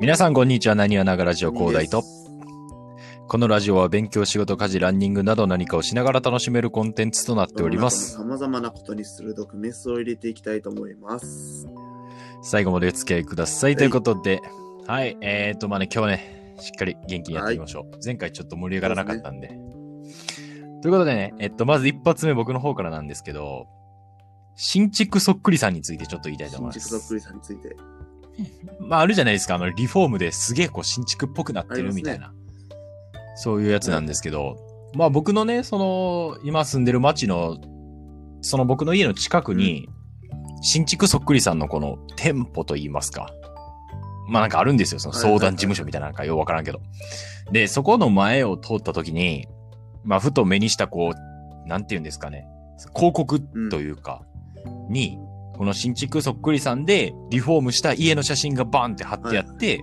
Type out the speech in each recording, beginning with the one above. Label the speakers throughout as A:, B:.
A: 皆さん、こんにちは。なにわながラジオ広大と
B: で。す
A: このラジオは勉強、仕事、家事、ランニングなど何かをしながら楽しめるコンテンツとなっております
B: 世。の中の様々なことに鋭くメスを入れていきたいと思います。
A: 最後までお付き合いください。
B: い
A: ということで、はい、えーと、まあね、今日ね、しっかり元気にやっていきましょう。前回ちょっと盛り上がらなかったんで。ということでね、えっと、まず一発目僕の方からなんですけど、新築そっくりさんについてちょっと言いたいと思
B: 新
A: いま
B: 築そっく
A: す。
B: りさんについて。
A: まあ、あるじゃないですか、あの、リフォームですげえこう新築っぽくなってるみたいな、そういうやつなんですけど、まあ僕のね、その、今住んでる町の、その僕の家の近くに、新築そっくりさんのこの店舗といいますか、まあなんかあるんですよ、その相談事務所みたいななんかようわからんけど。で、そこの前を通った時に、まあふと目にしたこう、なんて言うんですかね、広告というか、に、この新築そっくりさんでリフォームした家の写真がバンって貼ってあって、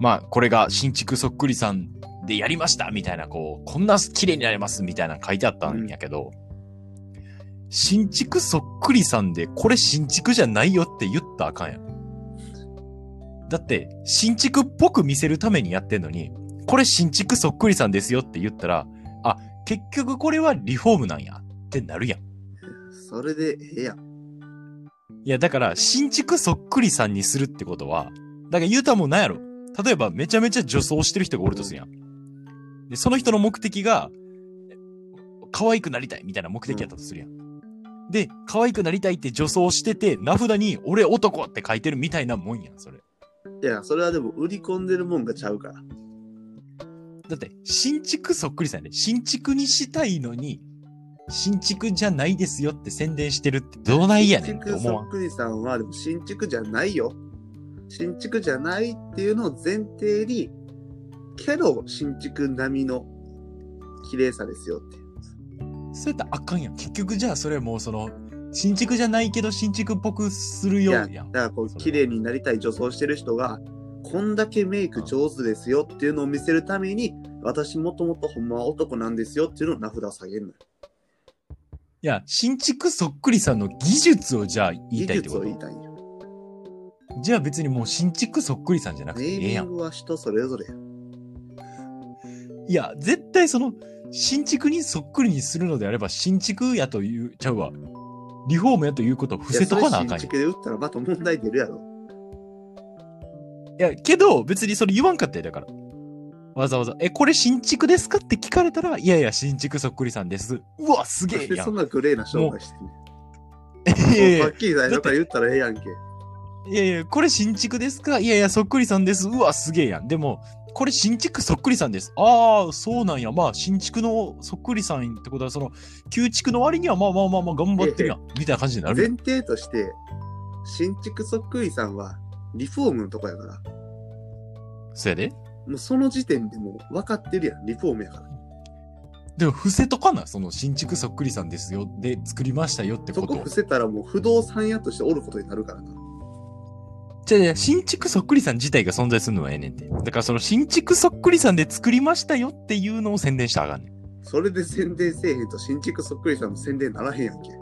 A: まあこれが新築そっくりさんでやりましたみたいな、こう、こんな綺麗になりますみたいなの書いてあったんやけど、新築そっくりさんでこれ新築じゃないよって言ったらあかんやん。だって、新築っぽく見せるためにやってんのに、これ新築そっくりさんですよって言ったら、あ、結局これはリフォームなんやってなるやん。
B: それで、ええやん。
A: いや、だから、新築そっくりさんにするってことは、だから言うたらもうなんやろ。例えば、めちゃめちゃ女装してる人がおるとするやん。で、その人の目的が、可愛くなりたいみたいな目的やったとするやん。で、可愛くなりたいって女装してて、名札に、俺男って書いてるみたいなもんやん、それ。
B: いや、それはでも売り込んでるもんがちゃうから。
A: だって、新築そっくりさんやで、新築にしたいのに、新築じゃないですよって宣伝してるってどないやねん
B: 新
A: って
B: 築
A: 思
B: そ
A: わん
B: っ。くりさんは、でも新築じゃないよ。新築じゃないっていうのを前提に、けど新築並みの綺麗さですよっていう。
A: そうやったらあかんやん。結局じゃあそれもうその、新築じゃないけど新築っぽくするよ
B: い
A: う
B: や
A: やん。
B: だからこう綺麗になりたい女装してる人がこんだけメイク上手ですよっていうのを見せるために私もともとほんまは男なんですよっていうのを名札を下げるのよ
A: いや、新築そっくりさんの技術をじゃあ言い
B: 技
A: たいって
B: 術
A: こ
B: を言い
A: と
B: たいんよ
A: じゃあ別にもう新築そっくりさんじゃなく
B: ネ
A: て
B: ー
A: ええ
B: ミ
A: や
B: ン
A: ん。
B: グは人それぞれや
A: いや、絶対その、新築にそっくりにするのであれば、新築やという、ちゃうわ。リフォームやということを伏せとかなあ
B: い
A: かんやん。い
B: やそれ新築で打ったらまた問題出るやろ
A: や、けど別にそれ言わんかったよ、だから。わざわざ、え、これ新築ですかって聞かれたら、いやいや、新築そっくりさんです。うわ、すげえ
B: で
A: や
B: そん
A: ん。
B: なグレーな商売してん
A: いやい
B: ねん
A: や
B: はっきり最初から言ったらええやんけ
A: いやいや、これ新築ですかいやいや、そっくりさんです。うわ、すげえやん。でも、これ新築そっくりさんです。ああ、そうなんや。まあ、新築のそっくりさんってことは、その、旧築の割には、まあまあまあまあ、頑張ってるやん。みたいな感じになるや
B: 前
A: ん。
B: 提として新築そっくりさんはリフォームのとこやから
A: そやで。
B: もうその時点でもう分かってるやんリフォームやから
A: でも、伏せとかな、その、新築そっくりさんですよ。で、作りましたよって
B: そ
A: こ
B: こと伏。せたらもう不動産屋としておることになるからな
A: じゃじゃ新築そっくりさん自体が存在するのはええねんて。だから、その、新築そっくりさんで作りましたよっていうのを宣伝したらあかんねん。
B: それで宣伝せえへんと新築そっくりさんの宣伝ならへんやんけ。
A: い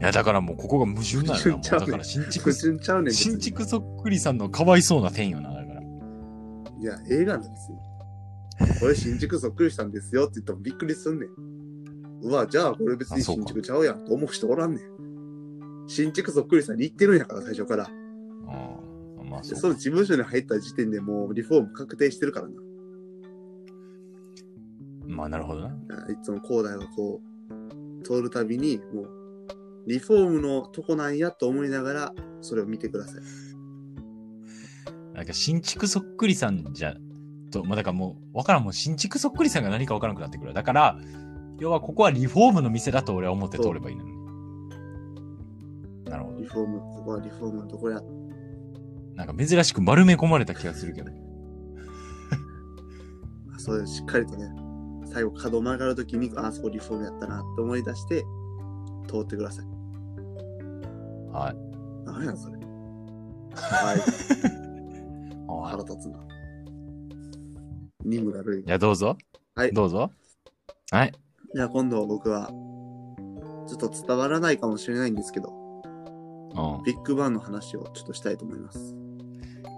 A: や、だからもう、ここが矛盾なのよな。もうだから、新
B: 不
A: 築、
B: 純ちゃうねん別に
A: 新築そっくりさんのかわいそうな点よな、だから。
B: いや、映画なんですよ。これ新築そっくりさんですよって言ってもびっくりすんねん。うわ、じゃあこれ別
A: あ
B: に
A: そうか
B: 新築ちゃうやんと思う人おらんねん。新築そっくりさんに言ってるんやから、最初から。
A: あまあ
B: で
A: そう
B: その事務所に入った時点でもうリフォーム確定してるからな。
A: まあなるほどな。
B: いつも広大がこう、通るたびに、もう、リフォームのとこなんやと思いながら、それを見てください。
A: なんか新築そっくりさんじゃ、と、まあだからもう、わからん、もう新築そっくりさんが何かわからなくなってくる。だから、要はここはリフォームの店だと俺は思って通ればいいのね。なるほど
B: リ。フォーム、ここはリフォームのとこや。
A: なんか珍しく丸め込まれた気がするけど。
B: あそうしっかりとね、最後角曲がるときに、あ、そこリフォームやったなって思い出して、通ってください。
A: はい。
B: 何やそれ。はい、
A: は
B: 腹立つな。任務が悪い
A: い。じ。ゃあどうぞ。
B: はい
A: どうぞ。はい。
B: じゃあ今度僕は、ちょっと伝わらないかもしれないんですけど、
A: うん。
B: ビッグバンの話をちょっとしたいと思います。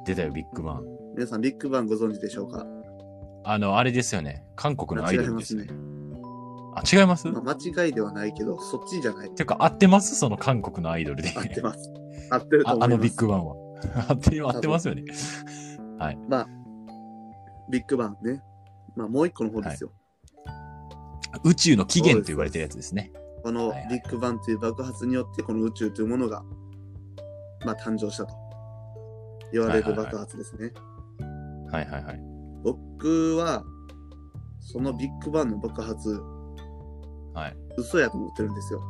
A: 出たよ、ビッグバン。
B: 皆さん、ビッグバンご存知でしょうか
A: あの、あれですよね。韓国のア
B: 間
A: イ
B: 違
A: ド
B: い
A: ル
B: ま
A: ですすね
B: ね。。
A: あ、違います
B: まあ、間違いではないけど、そっちじゃない。
A: てか、合ってますその韓国のアイドルで。
B: 合ってます。合ってると
A: あ
B: 思います。
A: あのビッグバンは。 合って合ってますよね。
B: ビッグバンね。まあ、もう一個の方ですよ。
A: 宇宙の起源と言われてるやつですね。
B: この
A: はいはい
B: ビッグバンという爆発によって、この宇宙というものが、まあ、誕生したと。言われる爆発ですね。
A: はいはいはい。
B: 僕は、そのビッグバンの爆発、
A: はい、
B: 嘘やと思ってるんですよ。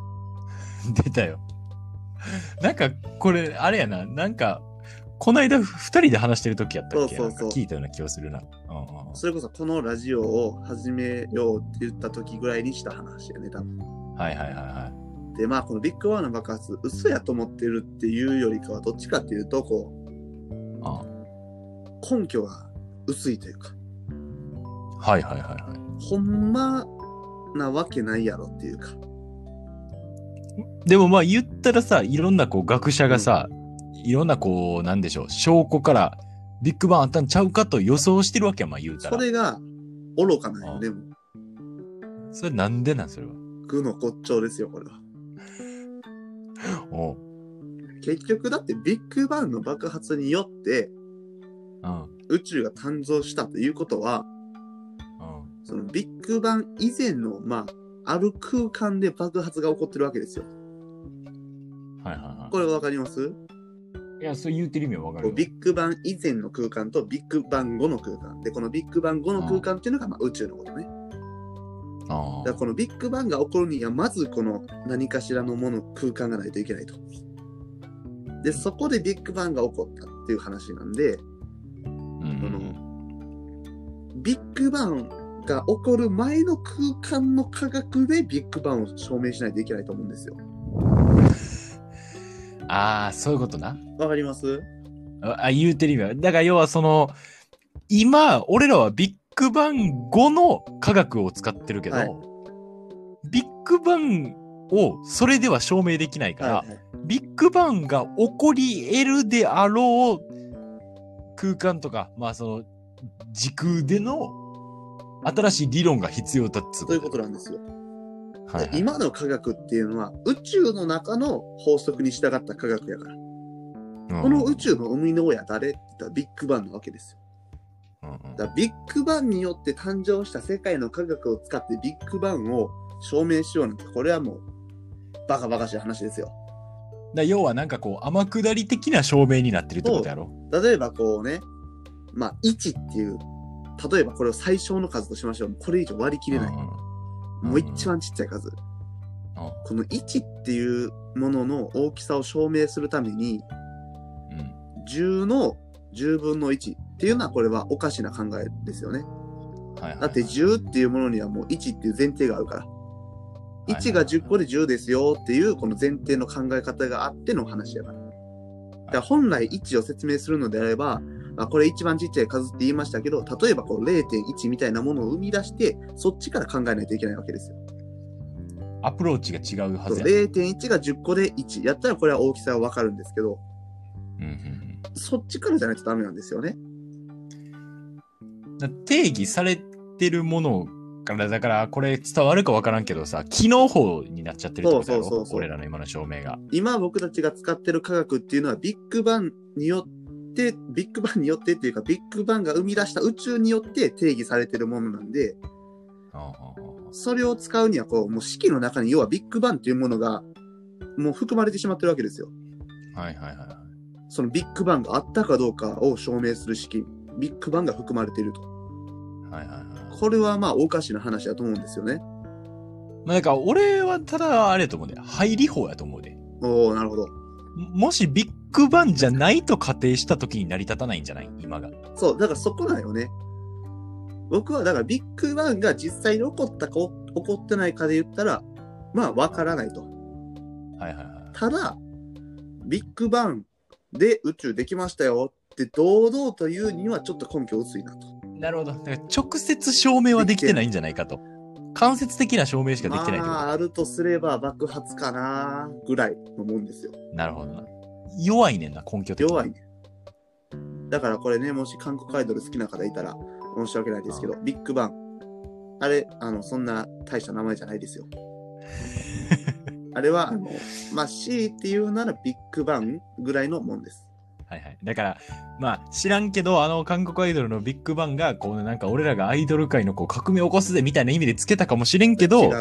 A: 出たよ。なんか、これ、あれやな。なんか、こないだ二人で話してる時やったっけ
B: そうそうそう
A: なんか聞いたような気がするな。うんうん
B: それこそこのラジオを始めようって言った時ぐらいにした話やね、多分。
A: うんはいはいはいはい。
B: で、まあ、このビッグバンの爆発、嘘やと思ってるっていうよりかは、どっちかっていうと、こ
A: あ
B: う、根拠が薄いというか、
A: はいはいはいはい。
B: ほんまなわけないやろっていうか、
A: でもまあ言ったらさ、いろんなこう学者がさ、いろんなこう、なんでしょう、証拠からビッグバンあったんちゃうかと予想してるわけやん、まあ言うた
B: そ
A: ら。それ
B: れが愚かなんよね、も
A: なんでなん、それは。
B: う。愚の骨頂ですよ、これは。
A: おう
B: 結局、だってビッグバンの爆発によって、
A: うん。
B: 宇宙が誕生したということは、
A: うん。
B: そのビッグバン以前の、まあ、ある空間で爆発が起こってるわけですよ。
A: はいはいは
B: これわかります
A: い。いや、そう言うてる意味はわか
B: こ
A: る
B: う
A: よ。
B: ビッグバン以前の空間とビッグバン後の空間。で、このビッグバン後の空間っていうのが、まあ、宇宙のことね。
A: あ
B: だ
A: ー
B: からこのビッグバンが起こるには、まずこの何かしらのもの、空間がないといけないと。で、そこでビッグバンが起こったっていう話なんで、
A: うんうん
B: ビッグバンが起こる前の空間の科学でビッグバンを証明しないといけないと思うんですよ。
A: うん。ああ、そういうことな。
B: わかります
A: ああ言うてる意味は。だから要はその、今、俺らはビッグバン後の科学を使ってるけど、
B: はい
A: ビッグバンをそれでは証明できないから、
B: はいはい
A: ビッグバンが起こり得るであろう空間とか、まあその時空での新しい理論が必要だっつ
B: そういうことなんですよ。
A: はいはい
B: 今の科学っていうのは宇宙の中の法則に従った科学やから、
A: うん
B: この宇宙の生みの親誰って言ったらビッグバンなわけです
A: う
B: よ。
A: んうん
B: だからビッグバンによって誕生した世界の科学を使ってビッグバンを証明しようなんて、これはもうバカバカしい話ですよ。
A: だ要はなんかこう天下り的な証明になってるってことやろ
B: 例えばこうね、まあ1っていう、例えばこれを最小の数としましょう。これ以上割り切れない。
A: うんうん
B: もう一番ちっちゃい数。この1っていうものの大きさを証明するために、
A: うん
B: 10の10分の1っていうのはこれはおかしな考えですよね。
A: はいはいはい
B: だって10っていうものにはもう1っていう前提があるから。1が10個で10ですよっていうこの前提の考え方があっての話やから。だから本来1を説明するのであれば、まあ、これ一番ちっちゃい数って言いましたけど、例えばこう0.1みたいなものを生み出して、そっちから考えないといけないわけですよ。
A: アプローチが違うはずやろ
B: 0.1が10個で1やったらこれは大きさはわかるんですけど、
A: うんうん
B: そっちからじゃないとダメなんですよ
A: う
B: ね。
A: んだ定義されてるものからだからこれ伝わるか分からんけどさ機能法になっちゃってるってことやろ
B: そうそうそうそう
A: 俺らの今の証明が
B: 今僕たちが使ってる科学っていうのはビッグバンによってビッグバンによってっていうかビッグバンが生み出した宇宙によって定義されてるものなんで
A: うんうんうん
B: それを使うにはこうもう式の中に要はビッグバンっていうものがもう含まれてしまってるわけですよ
A: はいはいはいはい。
B: そのビッグバンがあったかどうかを証明する式ビッグバンが含まれていると
A: はいはいはい。
B: これはまあおかしな話だと思うんですよね
A: まあ、だから俺はただあれやと思うで、入り法やと思うで。も
B: おおなるほど
A: もしビッグバンじゃないと仮定した時に成り立たないんじゃない今が。
B: そう、だからそこだよね。僕はだからビッグバンが実際に起こったかお起こってないかで言ったら、まあわからないと。
A: はいはいはい。
B: ただ、ビッグバンで宇宙できましたよって堂々と言うにはちょっと根拠薄いなと。
A: なるほど。だから直接証明はできてないんじゃないかと。間接的な証明しかできてないってこ
B: まああるとすれば爆発かなぐらいのもんですよ。
A: と。なるほどな。弱いねんな、根拠的に
B: 弱いね。だからこれね、もし韓国アイドル好きな方いたら申し訳ないですけど、ビッグバン。あれ、あの、そんな大した名前じゃな いですよ。あれは、あの、まあ、C っていうならビッグバンぐらいのもんです。
A: はいはい。だから、まあ、知らんけど、あの、韓国アイドルのビッグバンが、こう、なんか、俺らがアイドル界のこう革命を起こすぜみたいな意味でつけたかもしれんけ
B: 違
A: ど、
B: う。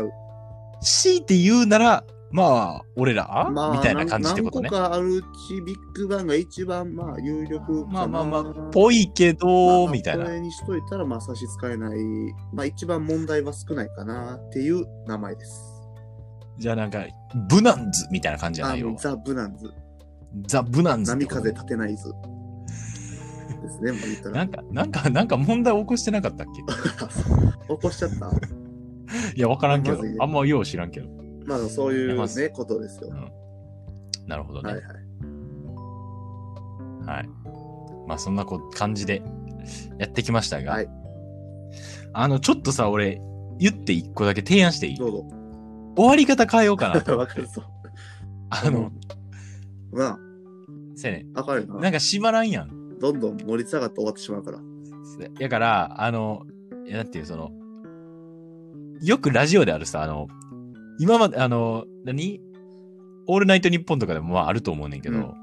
A: 強いて言うなら、まあ、俺ら、
B: まあ、
A: みたいな感じってことね
B: な。何個かあるうち、ビッグバンが一番、まあ、有力か
A: ま
B: な
A: あまあまあ、ぽいけど、みたい
B: まあこ
A: な。
B: れにしといたら、まあ、差し支えない。まあ、一番問題は少ないかなっていう名前です。
A: じゃあなんか、ブナンズみたいな感じじゃ
B: あ
A: ないよ
B: の。ザ・ブナンズ。
A: ザ・ブナンズって
B: 波
A: こと。
B: 風立てない図。で すね、もう言った
A: な
B: ら。
A: んか、なんか、なんか問題起こしてなかったっけ
B: 起こしちゃった。
A: いや、わからんけど
B: まずいね、
A: あんまよう知らんけど。
B: まあ、そうい
A: いやま
B: う
A: ず
B: ね、ことですよ。
A: なるほど
B: はいは
A: ね
B: い。。
A: はい。まあ、そんなこ感じでやってきましたが
B: はい、
A: あの、ちょっとさ、俺、言って一個だけ提案していい
B: どうぞ。
A: 終わり方変えよう かなと思
B: わ
A: っ
B: か
A: て
B: る。ぞ。
A: あの、
B: ま
A: せやねん。
B: あ、わかるよ
A: な
B: な。
A: んか縛らんやん。
B: どんどん盛り下がって終わってしまうから。
A: だから、あの、いやだっていう、その、よくラジオであるさ、あの、今まで、あの、何オールナイトニッポンとかでもまああると思うねんけど、
B: うん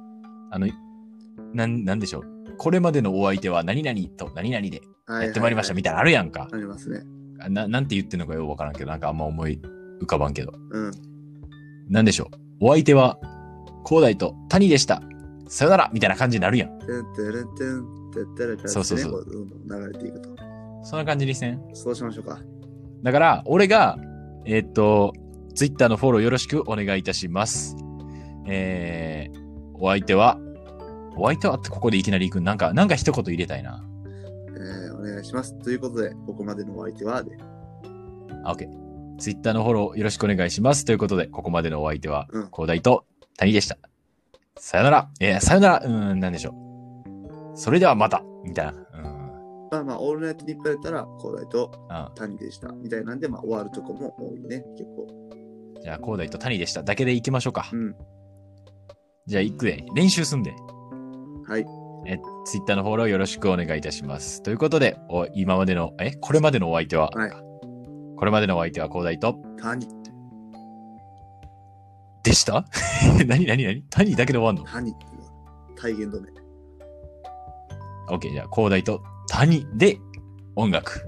A: あの、なん、なんでしょう。これまでのお相手は何々と何々で
B: は
A: やってまいりましたみたいなのあるやんか。
B: ありますね。
A: ななんて言ってんのかよくわからんけど、なんかあんま思い浮かばんけど。
B: うん。
A: なんでしょう。お相手は、広大と谷でした。さよならみたいな感じになるやん。
B: てんてれんてんてってれてんってね
A: そうそうそう
B: こどんどん流れていくと。
A: そんな感じにせん
B: そうしましょうか。
A: だから、俺が、えーっと、ツイッターのフォローよろしくお願いいたします。えー、お相手は、お相手はってここでいきなり行く。なんか、なんか一言入れたいな。
B: えー、お願いします。ということで、ここまでのお相手は、で
A: あ、OK。ツイッターのフォローよろしくお願いします。ということで、ここまでのお相手は
B: うん、
A: 広大と谷でした。さよなら。えー、さよなら。うーん、なんでしょう。それではまた。みたいな。うん。
B: まあまあ、オールナイトニッポンやったら、広大と
A: あ
B: 谷でした。みたいなんで、まあ、終わるとこも多いね、結構。
A: じゃあ、広大と谷でした。だけで行きましょうか。
B: うん。
A: じゃあ、行くで。練習すんで。
B: はい。
A: え、ツイッターのフォローよろしくお願いいたします。ということで、お今までの、え、これまでのお相手は、
B: はい
A: これまでのお相手は広大と、
B: 谷、
A: でした 何何何谷だけで終わんの
B: 谷っていうのは体言止め。
A: ?OK、じゃあ広大と谷で音楽。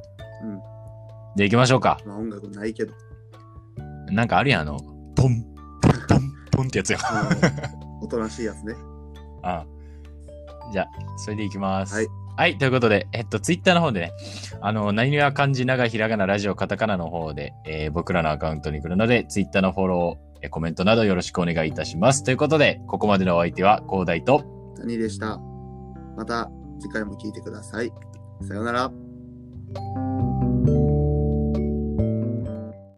B: うん。
A: で、行きましょうか。
B: まあ、音楽ないけど、
A: なんかあるやん、あの、ポン、ポン、ポン、ポンってやつよ。
B: あのおとなしいやつね。
A: あじゃあ、それでいきます。
B: はい。
A: ということで、えっと、ツイッターの方でね、あの、何や漢字、長ひらがな、ラジオ、カタカナの方で、えー僕らのアカウントに来るので、ツイッターのフォロー、えーコメントなどよろしくお願いいたします。ということで、ここまでのお相手は、広大と、
B: 谷でした。また次回も聞いてください。さようなら。